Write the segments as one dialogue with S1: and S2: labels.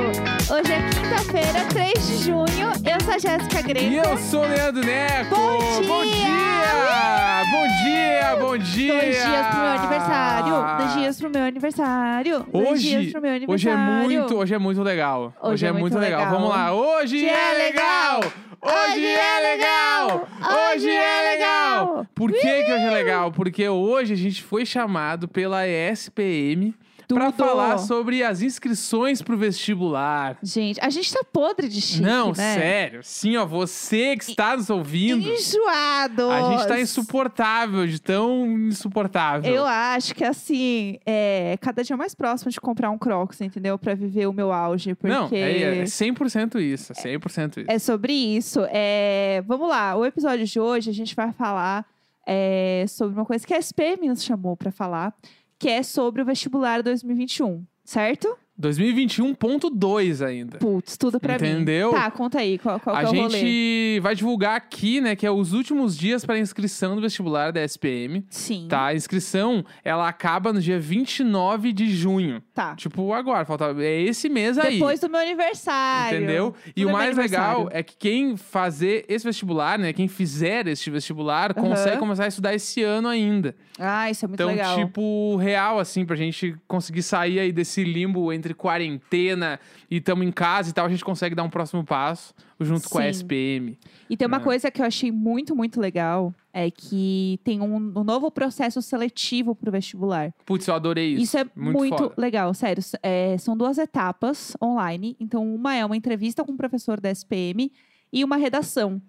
S1: Hoje é quinta-feira, 3 de junho. Eu sou a Jéssica Greco.
S2: E eu sou o Leandro Neco!
S1: Bom
S2: Bom
S1: dia!
S2: dia! Bom dia! Bom dia!
S1: Dois dias pro meu aniversário. Dois dias pro meu aniversário. Dois dias
S2: Hoje,
S1: pro meu
S2: hoje é
S1: aniversário.
S2: muito, hoje é muito legal.
S1: Hoje é muito legal.
S2: Vamos lá. Hoje
S1: Hoje é
S2: é legal.
S1: legal.
S2: Hoje é legal. Hoje é legal. Por que que hoje é legal? Porque hoje a gente foi chamado pela ESPM para
S1: Tudo.
S2: falar sobre as inscrições pro vestibular.
S1: Gente, a gente tá podre de chique,
S2: Não,
S1: né?
S2: sério. Sim, ó, você que está nos ouvindo.
S1: Enjoado.
S2: A gente tá insuportável, de tão insuportável.
S1: Eu acho que assim, é cada dia mais próximo de comprar um Crocs, entendeu? Pra viver o meu auge, porque
S2: Não, é, é 100% isso, é 100% isso.
S1: É sobre isso. É, Vamos lá, o episódio de hoje a gente vai falar é, sobre uma coisa que a SPM nos chamou pra falar, que é sobre o vestibular 2021, certo?
S2: 2021.2 ainda.
S1: Putz, tudo pra
S2: Entendeu?
S1: mim. Tá, conta aí, qual, qual
S2: A
S1: que é o rolê?
S2: gente vai divulgar aqui, né, que é os últimos dias para inscrição do vestibular da SPM.
S1: Sim,
S2: Tá, a inscrição, ela acaba no dia 29 de junho.
S1: tá.
S2: Tipo, agora, falta. É esse mês aí.
S1: Depois do meu aniversário.
S2: Entendeu?
S1: Tudo
S2: E o
S1: é meu
S2: mais legal
S1: aniversário.
S2: é que quem fazer esse vestibular, né? Quem fizer este vestibular,
S1: Aham.
S2: consegue começar a estudar esse ano ainda.
S1: Ah, isso é muito
S2: Então,
S1: legal.
S2: tipo, real, assim, pra gente conseguir sair aí desse limbo entre quarentena e tamo em casa e tal, a gente consegue dar um próximo passo junto com a
S1: Sim.
S2: SPM.
S1: E tem uma
S2: né?
S1: coisa que eu achei muito, muito legal, é que tem um, um novo processo seletivo pro vestibular.
S2: Putz, eu adorei isso.
S1: Isso é
S2: muito
S1: muito,
S2: foda.
S1: legal, sério. S- é, são duas etapas online. Então, uma é uma entrevista com um professor da SPM e uma redação.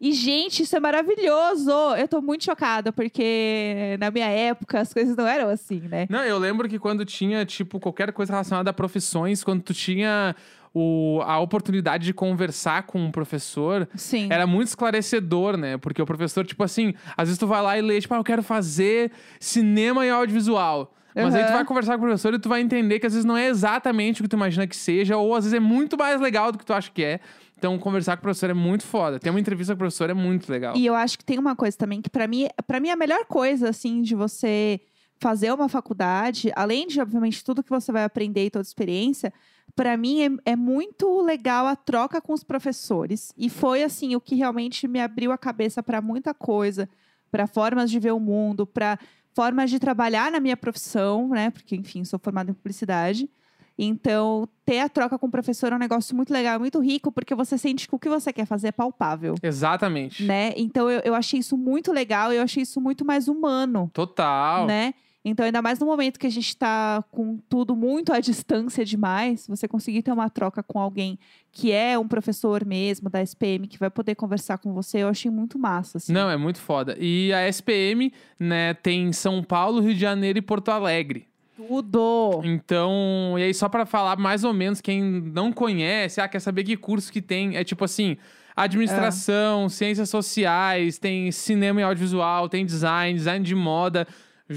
S1: E, gente, isso é maravilhoso! Eu tô muito chocada, porque na minha época as coisas não eram assim, né?
S2: Não, eu lembro que quando tinha, tipo, qualquer coisa relacionada a profissões, quando tu tinha o, a oportunidade de conversar com um professor,
S1: Sim.
S2: Era muito esclarecedor, né? Porque o professor, tipo assim, às vezes tu vai lá e lê, tipo, ah, eu quero fazer cinema e audiovisual. Mas aí tu
S1: Aham.
S2: vai conversar com o professor e tu vai entender que às vezes não é exatamente o que tu imagina que seja, ou às vezes é muito mais legal do que tu acha que é. Então, conversar com o professor é muito foda. Ter uma entrevista com o professor é muito legal.
S1: E eu acho que tem uma coisa também que pra mim, para mim é a melhor coisa assim de você fazer uma faculdade, além de obviamente tudo que você vai aprender e toda a experiência, pra mim é, é muito legal a troca com os professores e foi assim o que realmente me abriu a cabeça pra muita coisa, pra formas de ver o mundo, pra formas de trabalhar na minha profissão, né? Porque enfim, sou formada em publicidade. Então, ter a troca com o professor é um negócio muito legal, muito rico, porque você sente que o que você quer fazer é palpável
S2: Exatamente.
S1: né? Então eu, eu achei isso muito legal, eu achei isso muito mais humano,
S2: Total.
S1: né? Então, ainda mais no momento que a gente tá com tudo muito à distância demais, você conseguir ter uma troca com alguém que é um professor mesmo da SPM, que vai poder conversar com você, eu achei muito massa, assim.
S2: Não, é muito foda. E a SPM, né, tem São Paulo, Rio de Janeiro e Porto Alegre.
S1: Tudo!
S2: Então, e aí só pra falar mais ou menos quem não conhece, ah, quer saber que curso que tem, é tipo assim,
S1: Ah.
S2: administração, ciências sociais, tem cinema e audiovisual, tem design, design de moda,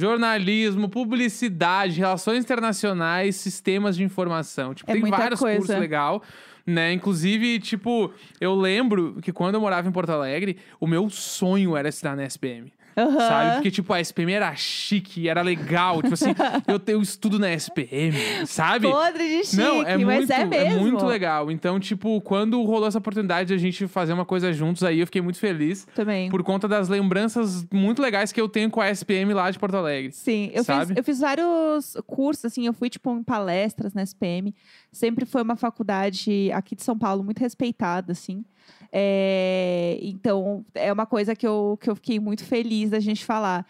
S2: jornalismo, publicidade, relações internacionais, sistemas de informação. Tipo,
S1: É
S2: tem
S1: muita
S2: vários
S1: coisa.
S2: cursos legal, né? Inclusive, tipo, eu lembro que quando eu morava em Porto Alegre, o meu sonho era estudar na SPM.
S1: Aham.
S2: Sabe? Porque, tipo, a SPM era chique, era legal. Tipo assim, eu, eu estudo na SPM, sabe?
S1: Podre de chique,
S2: Não, é
S1: mas
S2: muito,
S1: é mesmo.
S2: muito legal. Então, tipo, quando rolou essa oportunidade de a gente fazer uma coisa juntos aí, eu fiquei muito feliz.
S1: Também.
S2: Por conta das lembranças muito legais que eu tenho com a SPM lá de Porto Alegre.
S1: Sim, eu fiz,
S2: Sabe?
S1: eu fiz vários cursos, assim, eu fui, tipo, em palestras na SPM. Sempre foi uma faculdade aqui de São Paulo muito respeitada, assim. É, então, é uma coisa que eu, que eu fiquei muito feliz da gente falar.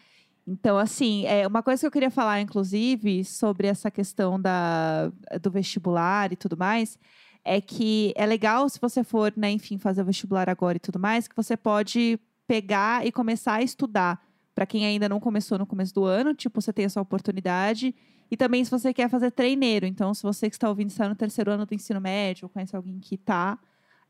S1: Então, assim, é uma coisa que eu queria falar, inclusive, sobre essa questão da, do vestibular e tudo mais, é que é legal se você for, né, enfim, fazer o vestibular agora e tudo mais, que você pode pegar e começar a estudar. Para quem ainda não começou no começo do ano, tipo, você tem essa oportunidade. E também se você quer fazer treineiro. Então, se você que está ouvindo está no terceiro ano do ensino médio, ou conhece alguém que está,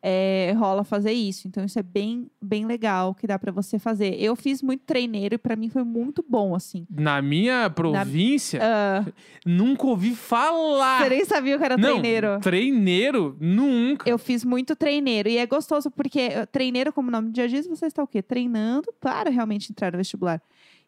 S1: é, rola fazer isso. Então, isso é bem, bem legal que dá para você fazer. Eu fiz muito treineiro e para mim foi muito bom, assim.
S2: Na minha província,
S1: Ah,
S2: nunca ouvi falar.
S1: você nem sabia que era
S2: Não,
S1: treineiro.
S2: Treineiro? Nunca.
S1: Eu fiz muito treineiro. E é gostoso porque eh, treineiro, como o nome já diz, você está o quê? Treinando para realmente entrar no vestibular.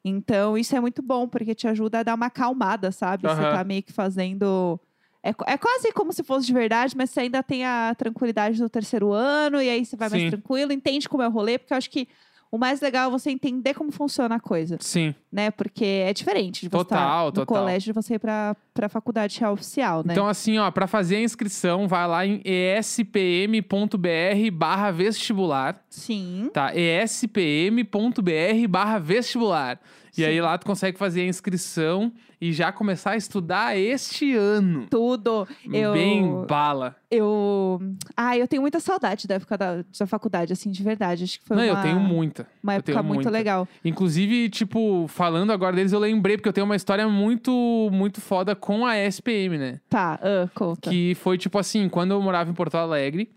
S1: Então, isso é muito bom, porque te ajuda a dar uma acalmada, sabe? Você
S2: Aham.
S1: tá meio que fazendo É, co- é quase como se fosse de verdade, mas você ainda tem a tranquilidade do terceiro ano, e aí você vai
S2: Sim.
S1: mais tranquilo, entende como é o rolê, porque eu acho que o mais legal é você entender como funciona a coisa,
S2: Sim.
S1: né? Porque é diferente de você
S2: Total,
S1: estar no
S2: total.
S1: colégio e você ir pra, pra faculdade real oficial, né?
S2: Então, assim, ó, pra fazer a inscrição, vai lá em espm.br barra vestibular,
S1: Sim.
S2: tá? espm.br barra vestibular. E
S1: Sim.
S2: aí lá tu consegue fazer a inscrição e já começar a estudar este ano.
S1: Tudo. Eu,
S2: Bem bala.
S1: eu. Ah, eu tenho muita saudade da época da, da faculdade, assim, de verdade. Acho que foi
S2: Não,
S1: uma,
S2: eu tenho muita.
S1: uma
S2: eu
S1: época
S2: tenho
S1: muito
S2: muita.
S1: legal.
S2: Inclusive, tipo, falando agora deles, eu lembrei, porque eu tenho uma história muito, muito foda com a SPM, né?
S1: Tá, ah, conta.
S2: Que foi, tipo assim, quando eu morava em Porto Alegre.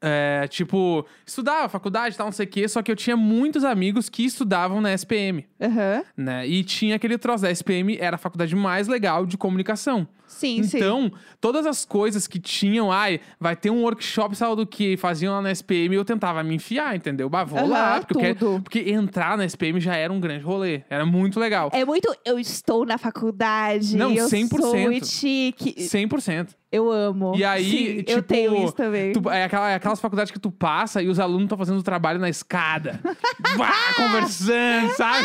S2: é, tipo, estudava faculdade e tal, não sei o quê, só que eu tinha muitos amigos que estudavam na SPM,
S1: Aham.
S2: né? E tinha aquele troço, a SPM era a faculdade mais legal de comunicação.
S1: Sim, sim.
S2: então, todas as coisas que tinham, ai, vai ter um workshop, sabe do que, faziam lá na SPM, eu tentava me enfiar, entendeu? Bah, vou lá,
S1: Aham,
S2: porque eu quero,
S1: tudo.
S2: porque entrar na SPM já era um grande rolê. Era muito legal.
S1: É muito. Eu estou na faculdade.
S2: Não,
S1: eu
S2: 100%.
S1: sou muito chique.
S2: 100%.
S1: Eu amo.
S2: E aí,
S1: Sim,
S2: tipo,
S1: eu tenho isso também.
S2: Tu, é, aquela, é aquelas faculdades que tu passa e os alunos estão fazendo o trabalho na escada. Vá, conversando, sabe?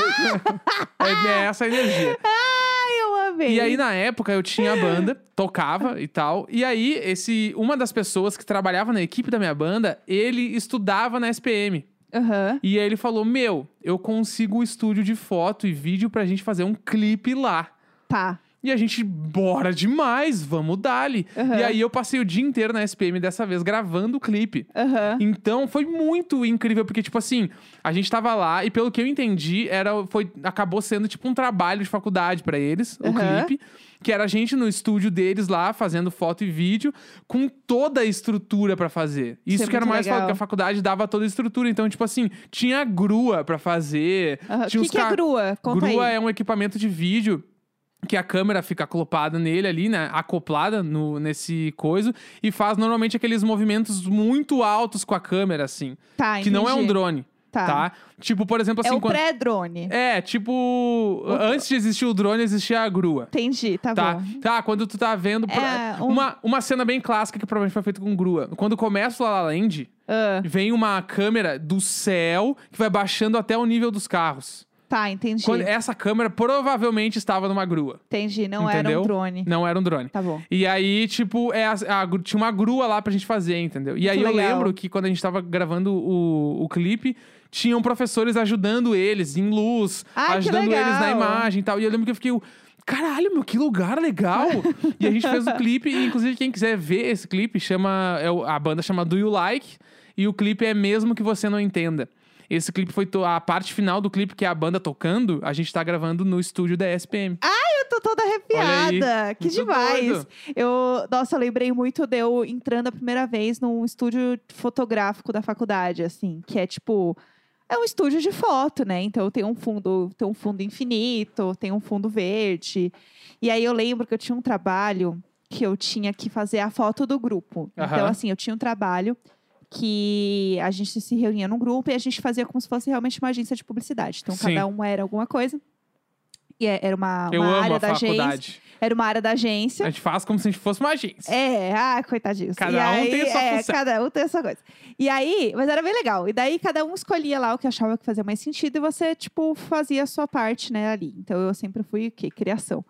S2: é, é essa a energia.
S1: Ai, eu amei.
S2: E aí, na época, eu tinha a banda, tocava e tal. E aí, esse uma das pessoas que trabalhava na equipe da minha banda, ele estudava na SPM.
S1: Aham.
S2: E aí ele falou: Meu, eu consigo o estúdio de foto e vídeo pra gente fazer um clipe lá.
S1: Tá.
S2: E a gente, bora demais, vamos dali.
S1: Aham.
S2: E aí eu passei o dia inteiro na SPM dessa vez gravando o clipe.
S1: Aham.
S2: Então foi muito incrível, porque, tipo assim, a gente tava lá e pelo que eu entendi, era, foi, acabou sendo tipo um trabalho de faculdade pra eles, o
S1: Aham.
S2: clipe. Que era a gente no estúdio deles lá, fazendo foto e vídeo, com toda a estrutura pra fazer.
S1: Isso
S2: Isso,
S1: é
S2: que era
S1: muito
S2: mais foda,
S1: legal.
S2: que a faculdade dava toda a estrutura. Então, tipo assim, tinha grua pra fazer.
S1: aham. O
S2: Tinha
S1: que,
S2: os
S1: que é
S2: ca-
S1: grua? Conta
S2: grua
S1: aí.
S2: é um equipamento de vídeo que a câmera fica acoplada nele ali, né? Acoplada no, nesse coisa. E faz normalmente aqueles movimentos muito altos com a câmera, assim.
S1: Tá,
S2: Que não é um
S1: entendi.
S2: drone,
S1: Tá.
S2: tá? Tipo, por exemplo, assim...
S1: é o
S2: quando-
S1: pré-drone.
S2: É, tipo... Antes de existir o drone, existia a grua.
S1: Entendi, tá,
S2: Tá,
S1: bom.
S2: tá, quando tu tá vendo... pro-
S1: É, um-
S2: uma, uma cena bem clássica que provavelmente foi feita com grua. Quando começa o La La Land,
S1: Ah,
S2: vem uma câmera do céu que vai baixando até o nível dos carros.
S1: tá, entendi.
S2: Quando- essa câmera provavelmente estava numa grua.
S1: Entendi. Não era
S2: Entendeu?
S1: um drone.
S2: Não era um drone.
S1: Tá bom.
S2: E aí, tipo, é a, a gru- tinha uma grua lá pra gente fazer, entendeu? E aí
S1: Muito
S2: eu
S1: legal.
S2: lembro que quando a gente tava gravando o, o clipe, tinham professores ajudando eles em luz,
S1: Ai, que
S2: ajudando
S1: legal.
S2: eles na imagem e tal. E eu lembro que eu fiquei. Caralho, meu, que lugar legal! e a gente fez o clipe, e inclusive quem quiser ver esse clipe, chama. é o- a banda chama Do You Like, e o clipe é mesmo que você não entenda. Esse clipe foi. to- a parte final do clipe, que é a banda tocando, a gente tá gravando no estúdio da SPM.
S1: Eu tô toda
S2: aí.
S1: arrepiada. Que
S2: Muito
S1: demais.
S2: doido.
S1: Eu, nossa, eu lembrei muito de eu entrando a primeira vez num estúdio fotográfico da faculdade, assim, que é tipo. É um estúdio de foto, né? Então tem um fundo, tem um fundo infinito, tem um fundo verde. E aí eu lembro que eu tinha um trabalho que eu tinha que fazer a foto do grupo. Então,
S2: Aham.
S1: assim, eu tinha um trabalho que a gente se reunia num grupo e a gente fazia como se fosse realmente uma agência de publicidade. Então,
S2: Sim.
S1: cada um era alguma coisa. E é- era uma,
S2: eu
S1: uma
S2: amo
S1: área
S2: a
S1: da agência.
S2: faculdade.
S1: Era uma área da
S2: A
S1: agência.
S2: gente faz como se a gente fosse uma agência.
S1: É, ah, coitadinhos.
S2: Cada
S1: E
S2: um
S1: aí,
S2: tem a sua
S1: é,
S2: função.
S1: Cada um tem a sua coisa. E aí, mas era bem legal. E daí cada um escolhia lá o que achava que fazia mais sentido e você, tipo, fazia a sua parte, né, ali. Então eu sempre fui o quê? Criação.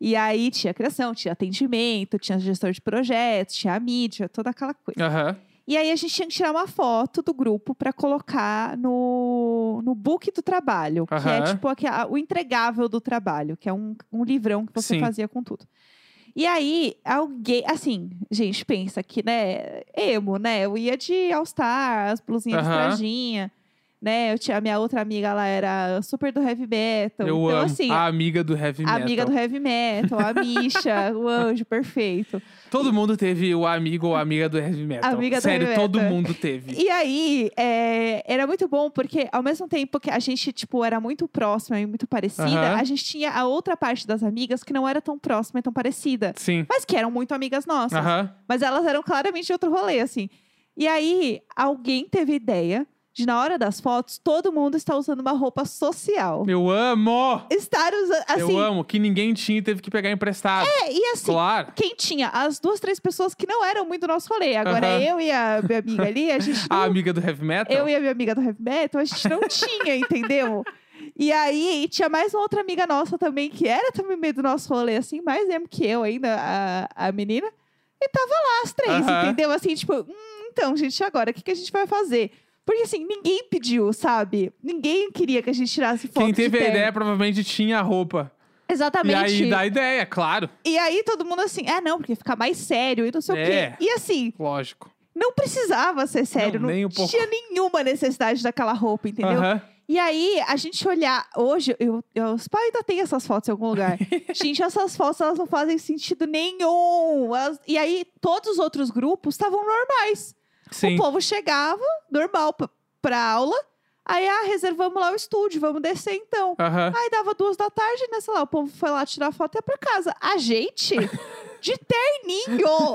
S1: E aí tinha criação, tinha atendimento, tinha gestor de projetos, tinha a mídia, toda aquela coisa.
S2: Aham.
S1: E aí a gente tinha que tirar uma foto do grupo para colocar no, no book do trabalho, que é
S2: Aham.
S1: tipo aque- a- o entregável do trabalho, que é um, um livrão que você
S2: Sim.
S1: fazia com tudo. E aí, alguém. Assim, gente, pensa que, né? Emo, né? Eu ia de All-Star, as blusinhas
S2: Aham.
S1: listradinhas, né? Eu tinha a minha outra amiga, ela era super do heavy metal.
S2: eu
S1: então,
S2: amo.
S1: assim.
S2: a amiga do heavy
S1: a
S2: metal.
S1: amiga do heavy metal, a Misha, o anjo perfeito.
S2: Todo mundo teve o amigo ou amiga do heavy metal.
S1: Amiga do
S2: Sério,
S1: heavy
S2: todo
S1: metal.
S2: mundo teve.
S1: E aí, é, era muito bom, porque ao mesmo tempo que a gente, tipo, era muito próxima e muito parecida,
S2: Aham.
S1: a gente tinha a outra parte das amigas que não era tão próxima e tão parecida.
S2: Sim.
S1: Mas que eram muito amigas nossas.
S2: Aham.
S1: assim. Mas elas eram claramente de outro rolê, assim. E aí, alguém teve ideia de na hora das fotos, todo mundo está usando uma roupa social.
S2: Eu amo!
S1: Estar usando. Assim,
S2: Eu amo que ninguém tinha e teve que pegar emprestado.
S1: é, e assim,
S2: Claro.
S1: quem tinha? As duas, três pessoas que não eram muito do nosso rolê. Agora
S2: Aham.
S1: eu e a minha amiga ali, a gente não
S2: A amiga do heavy metal?
S1: Eu e a minha amiga do heavy metal, a gente não tinha, entendeu? E aí, tinha mais uma outra amiga nossa também, que era também meio do nosso rolê, assim, mais emo que eu ainda, a, a menina. E tava lá as três,
S2: Aham.
S1: entendeu? Assim, tipo, hum, então, gente, e agora, o que, que a gente vai fazer? Porque, assim, ninguém pediu, sabe? Ninguém queria que a gente tirasse foto
S2: Quem
S1: de
S2: teve a
S1: terno.
S2: ideia provavelmente tinha a roupa.
S1: Exatamente.
S2: E aí dá ideia, claro.
S1: E aí, todo mundo assim, ah, não, porque fica mais sério e não sei
S2: É.
S1: o quê. E assim,
S2: Lógico.
S1: não precisava ser sério.
S2: Não,
S1: Não,
S2: nem um pouco.
S1: tinha nenhuma necessidade daquela roupa, entendeu?
S2: Aham.
S1: E aí, a gente olhar hoje, eu, eu, os pais ainda tem essas fotos em algum lugar. gente, essas fotos elas não fazem sentido nenhum. Elas- e aí, todos os outros grupos estavam normais.
S2: Sim.
S1: O povo chegava, normal, pra, pra aula. Aí, ah, reservamos lá o estúdio, vamos descer então.
S2: Aham.
S1: Aí dava duas da tarde, né? Sei lá, o povo foi lá tirar foto e ia pra casa. A gente, de terninho!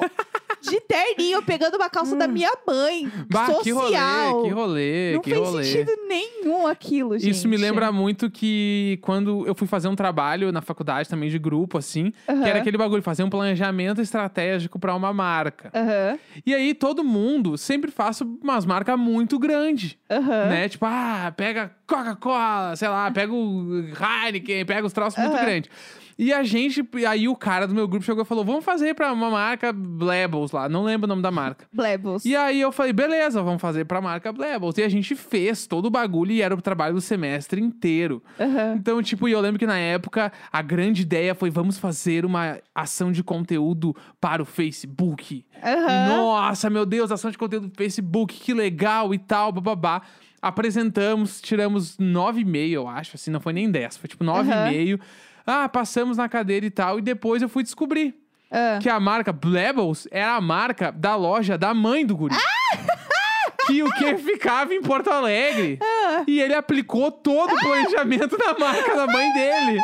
S1: De terninho, pegando uma calça da minha mãe.
S2: Hum. Bah,
S1: social.
S2: que rolê, que rolê,
S1: Não
S2: que
S1: fez
S2: rolê.
S1: sentido nenhum aquilo, gente.
S2: Isso me lembra muito que quando eu fui fazer um trabalho na faculdade também de grupo, assim, que era
S1: Aham.
S2: aquele bagulho, fazer um planejamento estratégico pra uma marca.
S1: Aham,
S2: E aí todo mundo sempre faz umas marcas muito grandes,
S1: aham.
S2: né? Tipo, ah, pega Coca-Cola, sei lá, pega o Heineken, pega os troços muito
S1: Aham.
S2: grandes. E a gente, aí o cara do meu grupo chegou e falou: vamos fazer pra uma marca Blebels lá, não lembro o nome da marca.
S1: Blebos.
S2: E aí eu falei, beleza, vamos fazer pra marca Blebels. E a gente fez todo o bagulho e era o trabalho do semestre inteiro.
S1: Aham.
S2: Então, tipo, e eu lembro que na época a grande ideia foi vamos fazer uma ação de conteúdo para o Facebook.
S1: Aham.
S2: Nossa, meu Deus, ação de conteúdo do Facebook, que legal e tal, bababá. Apresentamos, tiramos 9,5, eu acho, assim, não foi nem 10, foi tipo 9,5. Ah, passamos na cadeira e tal, e depois eu fui descobrir
S1: Ah.
S2: que a marca Blebels era a marca da loja da mãe do guri. Que o que ficava em Porto Alegre.
S1: Ah.
S2: E ele aplicou todo o planejamento da marca da mãe dele.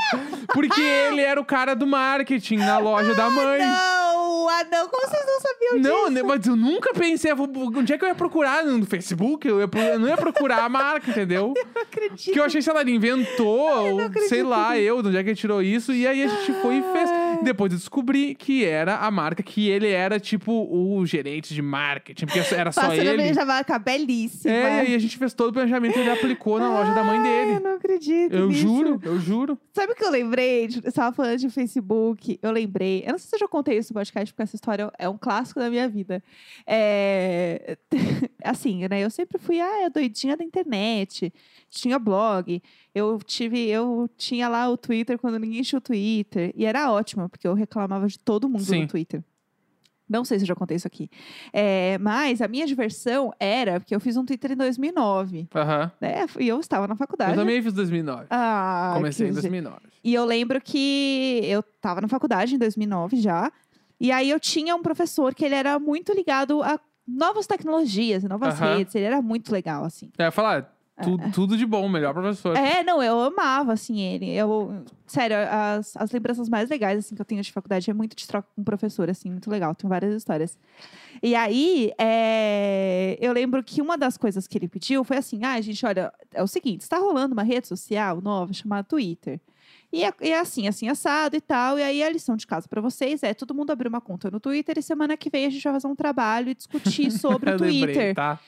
S2: Porque ele era o cara do marketing na loja da mãe.
S1: Ah, Não! Ah, não! Como vocês não sabiam disso?
S2: Não, né, mas eu nunca pensei, eu vou- onde é que eu ia procurar? No Facebook? Eu, ia pro- eu não ia procurar a marca, entendeu?
S1: Não acredito.
S2: Que eu achei, sei lá, ele inventou, ou sei
S1: acredito
S2: lá, eu, de onde é que ele tirou isso. E aí a gente foi e fez. Depois eu descobri que era a marca, que ele era, tipo, o gerente de marketing, porque era só
S1: Passando a
S2: ele.
S1: minha marca belíssima.
S2: É, e aí a gente fez todo o planejamento e ele aplicou na loja da mãe
S1: Ai, eu
S2: dele.
S1: não acredito
S2: Eu
S1: nisso.
S2: juro, eu juro.
S1: Sabe o que eu lembrei? De- Você estava falando de Facebook. Eu lembrei. Eu não sei se eu já contei isso no podcast, porque essa história é um clássico da minha vida. É... assim, né? Eu sempre fui ah, é doidinha da internet. Tinha blog. Eu tive, eu tinha lá o Twitter quando ninguém tinha o Twitter. E era ótimo, porque eu reclamava de todo mundo
S2: Sim.
S1: no Twitter. Não sei se eu já contei isso aqui. É, mas a minha diversão era, porque eu fiz um Twitter em 2009,
S2: Aham.
S1: né? E eu estava na faculdade.
S2: Eu também fiz 2009.
S1: Ah,
S2: Comecei em
S1: que
S2: 2009.
S1: e eu lembro que eu tava na faculdade em 2009 já. E aí eu tinha um professor que ele era muito ligado a novas tecnologias, novas
S2: Aham.
S1: redes. Ele era muito legal, assim.
S2: É, Eu ia falar, tu- tudo de bom, melhor professor.
S1: É, não, eu amava, assim, ele. Eu, sério, as, as lembranças mais legais, assim, que eu tenho de faculdade é muito de troca com o professor, assim, muito legal. Tenho várias histórias. E aí, é, eu lembro que uma das coisas que ele pediu foi assim: ah, gente, olha, é o seguinte, está rolando uma rede social nova chamada Twitter. E é, e é assim, assim, assado e tal. E aí a lição de casa para vocês é todo mundo abrir uma conta no Twitter e semana que vem a gente vai fazer um trabalho e discutir sobre o
S2: Eu lembrei,
S1: Twitter.
S2: tá?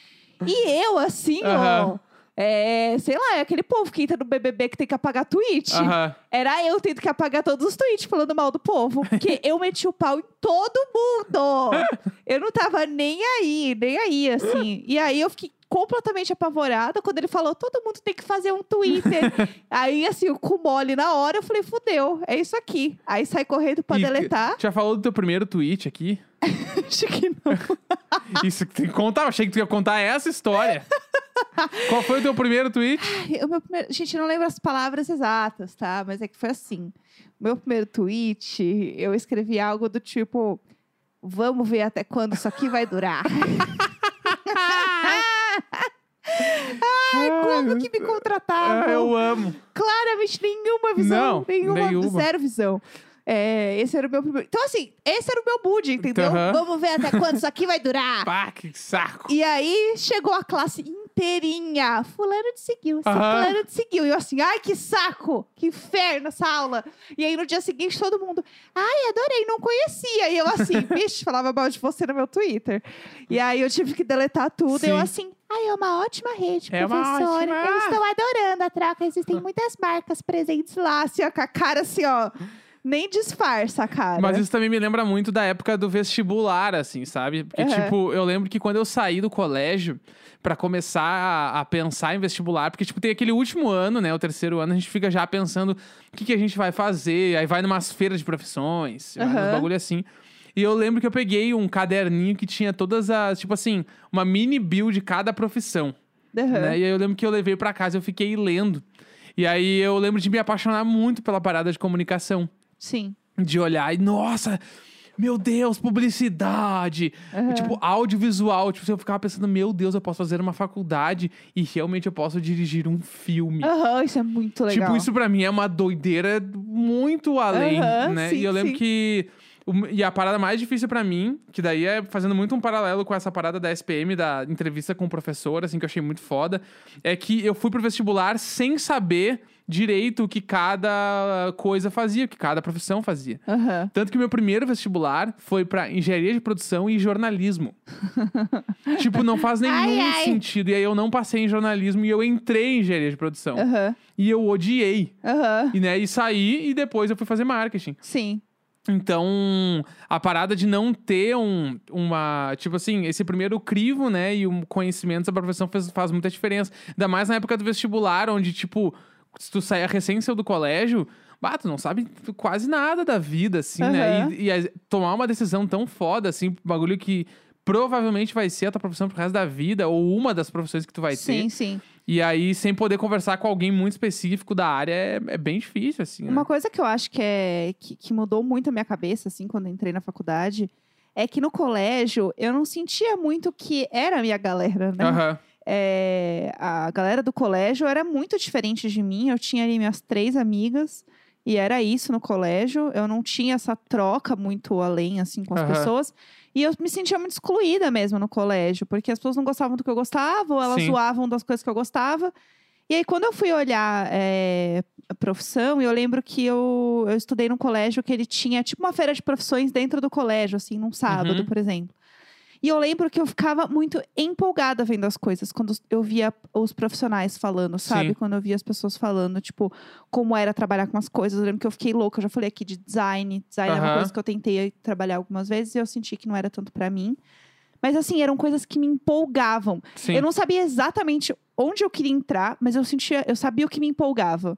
S1: E eu, assim,
S2: Aham.
S1: ó. É, sei lá, é aquele povo que entra no BBB que tem que apagar tweet.
S2: Aham.
S1: Era eu tendo que apagar todos os tweets falando mal do povo. Porque eu meti o pau em todo mundo. eu não tava nem aí, nem aí, assim. E aí eu fiquei completamente apavorada quando ele falou: todo mundo tem que fazer um Twitter. aí, assim, o cu mole na hora, eu falei: fudeu, é isso aqui. Aí sai correndo pra
S2: E-
S1: deletar.
S2: Já falou do teu primeiro tweet aqui?
S1: Acho que não.
S2: Isso que tem que contar. Eu achei que tu ia contar essa história. Qual foi o teu primeiro tweet?
S1: É, O meu primeiro... Gente, eu não lembro as palavras exatas, tá? Mas é que foi assim. O meu primeiro tweet, eu escrevi algo do tipo: Vamos ver até quando isso aqui vai durar.
S2: Ai,
S1: Como que me
S2: Ah,
S1: contratavam?
S2: eu amo.
S1: Claramente nenhuma visão.
S2: Não,
S1: nenhuma,
S2: nenhuma.
S1: Zero visão. É, esse era o meu primeiro. Então, assim, esse era o meu mood, entendeu?
S2: Aham.
S1: Vamos ver até quando isso aqui vai durar.
S2: Pá, que saco.
S1: E aí chegou a classe inteirinha. Fulano te seguiu, assim,
S2: Aham.
S1: fulano te seguiu. E eu assim, ai, que saco! Que inferno essa aula. E aí no dia seguinte todo mundo, ai, adorei, não conhecia. E eu assim, vixe, falava mal de você no meu Twitter. E aí eu tive que deletar tudo. E eu
S2: Sim.
S1: assim, ai, é uma ótima rede,
S2: É uma
S1: professora.
S2: ótima.
S1: Eu estou adorando a troca. Existem muitas marcas presentes lá, assim, ó, com a cara assim, ó. Nem disfarça, a cara.
S2: Mas isso também me lembra muito da época do vestibular, assim, sabe? Porque,
S1: Aham.
S2: tipo, eu lembro que quando eu saí do colégio pra começar a, a pensar em vestibular, porque, tipo, tem aquele último ano, né? O terceiro ano, a gente fica já pensando o que, que a gente vai fazer. Aí vai numas feiras de profissões, vai
S1: Aham.
S2: uns bagulho assim. E eu lembro que eu peguei um caderninho que tinha todas as, tipo assim, uma mini bio de cada profissão.
S1: Aham.
S2: né? E aí eu lembro que eu levei pra casa e eu fiquei lendo. E aí eu lembro de me apaixonar muito pela parada de comunicação
S1: Sim.
S2: de olhar e, nossa, meu Deus, publicidade.
S1: Aham.
S2: Tipo, audiovisual. Tipo, eu ficava pensando, meu Deus, eu posso fazer uma faculdade e realmente eu posso dirigir um filme.
S1: Aham, isso é muito legal.
S2: Tipo, isso pra mim é uma doideira muito além,
S1: Aham,
S2: né?
S1: sim,
S2: e eu lembro
S1: sim.
S2: que. o- E a parada mais difícil pra mim, que daí é fazendo muito um paralelo com essa parada da SPM, da entrevista com o professor, assim, que eu achei muito foda, é que eu fui pro vestibular sem saber direito o que cada coisa fazia, o que cada profissão fazia.
S1: Aham.
S2: Tanto que meu primeiro vestibular foi pra engenharia de produção e jornalismo. tipo, não faz nenhum
S1: Ai, ai.
S2: sentido. E aí eu não passei em jornalismo e eu entrei em engenharia de produção.
S1: Aham.
S2: E eu odiei.
S1: Aham.
S2: E, né, e saí e depois eu fui fazer marketing.
S1: Sim.
S2: Então, a parada de não ter um, uma. Tipo assim, esse primeiro crivo, né? E o conhecimento sobre a profissão fez- faz muita diferença. Ainda mais na época do vestibular, onde, tipo, se tu sair recém saiu do colégio, bah, tu não sabe quase nada da vida, assim, né?
S1: Aham.
S2: E, e a- tomar uma decisão tão foda, assim, bagulho que provavelmente vai ser a tua profissão pro resto da vida, ou uma das profissões que tu vai ter.
S1: Sim, sim.
S2: E aí, sem poder conversar com alguém muito específico da área, é, é bem difícil, assim. né?
S1: Uma coisa que eu acho que, é, que, que mudou muito a minha cabeça, assim, quando eu entrei na faculdade, é que no colégio eu não sentia muito que era a minha galera, né?
S2: Aham.
S1: É, a galera do colégio era muito diferente de mim. Eu tinha ali minhas três amigas e era isso no colégio. Eu não tinha essa troca muito além, assim, com as
S2: Aham.
S1: pessoas. E eu me sentia muito excluída mesmo no colégio, porque as pessoas não gostavam do que eu gostava, ou elas
S2: Sim.
S1: zoavam das coisas que eu gostava. E aí, quando eu fui olhar é, a profissão, eu lembro que eu, eu estudei num colégio que ele tinha tipo uma feira de profissões dentro do colégio, assim, num sábado,
S2: Uhum.
S1: por exemplo. E eu lembro que eu ficava muito empolgada vendo as coisas quando eu via os profissionais falando, sabe?
S2: Sim.
S1: Quando eu via as pessoas falando, tipo, como era trabalhar com as coisas. Eu lembro que eu fiquei louca, eu já falei aqui de design. Design é uma
S2: Aham.
S1: coisa que eu tentei trabalhar algumas vezes e eu senti que não era tanto pra mim. Mas assim, eram coisas que me empolgavam.
S2: Sim.
S1: Eu não sabia exatamente onde eu queria entrar, mas eu sentia, eu sabia o que me empolgava.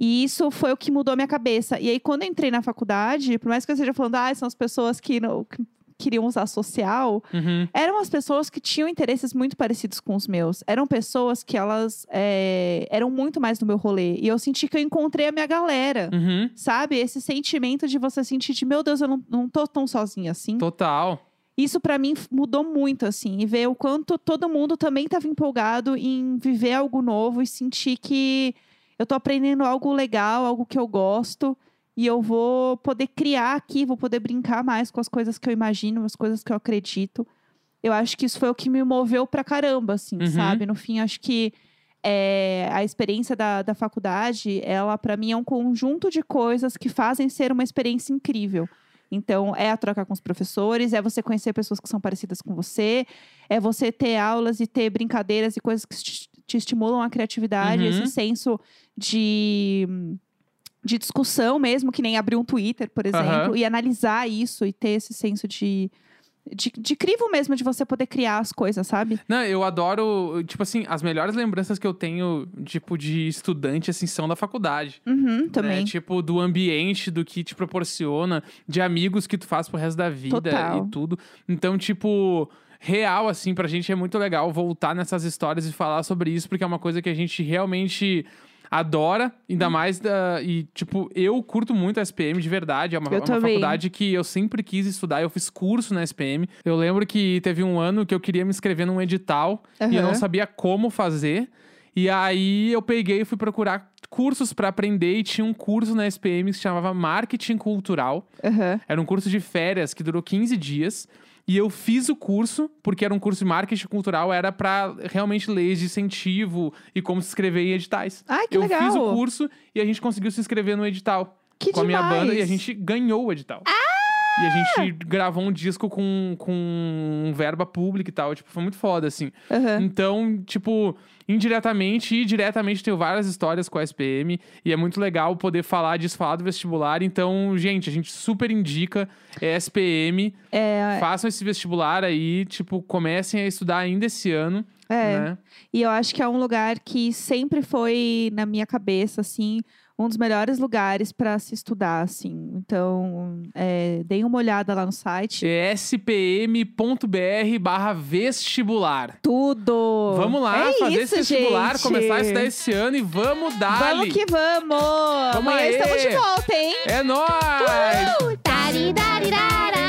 S1: E isso foi o que mudou a minha cabeça. E aí, quando eu entrei na faculdade, por mais que eu esteja falando, ah, são as pessoas que, não, que queriam usar social,
S2: Uhum.
S1: eram as pessoas que tinham interesses muito parecidos com os meus. Eram pessoas que elas é, eram muito mais do meu rolê. E eu senti que eu encontrei a minha galera.
S2: Uhum.
S1: Sabe? Esse sentimento de você sentir de, meu Deus, eu não, não tô tão sozinha assim.
S2: Total.
S1: Isso pra mim f- mudou muito, assim, e ver o quanto todo mundo também estava empolgado em viver algo novo e sentir que eu tô aprendendo algo legal, algo que eu gosto, e eu vou poder criar aqui, vou poder brincar mais com as coisas que eu imagino, as coisas que eu acredito. Eu acho que isso foi o que me moveu pra caramba, assim,
S2: Uhum.
S1: sabe? No fim, acho que é, a experiência da, da faculdade, ela pra mim é um conjunto de coisas que fazem ser uma experiência incrível. Então, é a troca com os professores, é você conhecer pessoas que são parecidas com você, é você ter aulas e ter brincadeiras e coisas que esti- te estimulam a criatividade,
S2: Uhum.
S1: esse senso de, de discussão mesmo, que nem abrir um Twitter, por
S2: Aham.
S1: exemplo, e analisar isso e ter esse senso de, de, de crivo mesmo de você poder criar as coisas, sabe?
S2: Não, eu adoro, tipo assim, as melhores lembranças que eu tenho, tipo, de estudante, assim, são da faculdade.
S1: Uhum,
S2: Né?
S1: também.
S2: Tipo, do ambiente, do que te proporciona, de amigos que tu faz pro resto da vida
S1: Total.
S2: e tudo. Então, tipo, real, assim, pra gente é muito legal voltar nessas histórias e falar sobre isso, porque é uma coisa que a gente realmente adora,
S1: Hum.
S2: ainda mais da, e tipo, eu curto muito a SPM de verdade, é uma,
S1: Eu
S2: é uma
S1: também.
S2: faculdade que eu sempre quis estudar, eu fiz curso na SPM. Eu lembro que teve um ano que eu queria me inscrever num edital e eu
S1: Aham.
S2: não sabia como fazer. E aí eu peguei e fui procurar cursos pra aprender e tinha um curso na SPM que se chamava Marketing Cultural.
S1: Aham.
S2: Era um curso de férias que durou 15 dias. E eu fiz o curso, porque era um curso de marketing cultural, era para realmente leis de incentivo e como se inscrever em editais.
S1: Ai, que
S2: eu
S1: legal.
S2: fiz o curso e a gente conseguiu se inscrever no edital
S1: que
S2: com a minha
S1: demais. Ah!
S2: banda e a gente ganhou o edital. E a gente gravou um disco com, com verba pública e tal. Tipo, foi muito foda, assim.
S1: Aham.
S2: Então, tipo, indiretamente e diretamente tenho várias histórias com a SPM. E é muito legal poder falar disso, falar do vestibular. Então, gente, a gente super indica é SPM.
S1: É.
S2: Façam esse vestibular aí, tipo, comecem a estudar ainda esse ano,
S1: É.
S2: né?
S1: E eu acho que é um lugar que sempre foi na minha cabeça, assim, um dos melhores lugares para se estudar, assim. Então, é, deem uma olhada lá no site.
S2: É spm.br barra vestibular.
S1: Tudo!
S2: Vamos lá
S1: É
S2: fazer
S1: isso,
S2: esse vestibular,
S1: gente.
S2: começar a estudar esse ano e vamos dar.
S1: Vamos que vamos!
S2: Vamos
S1: Amanhã
S2: aí.
S1: estamos de volta, hein?
S2: É nóis!
S3: Dari dari dara,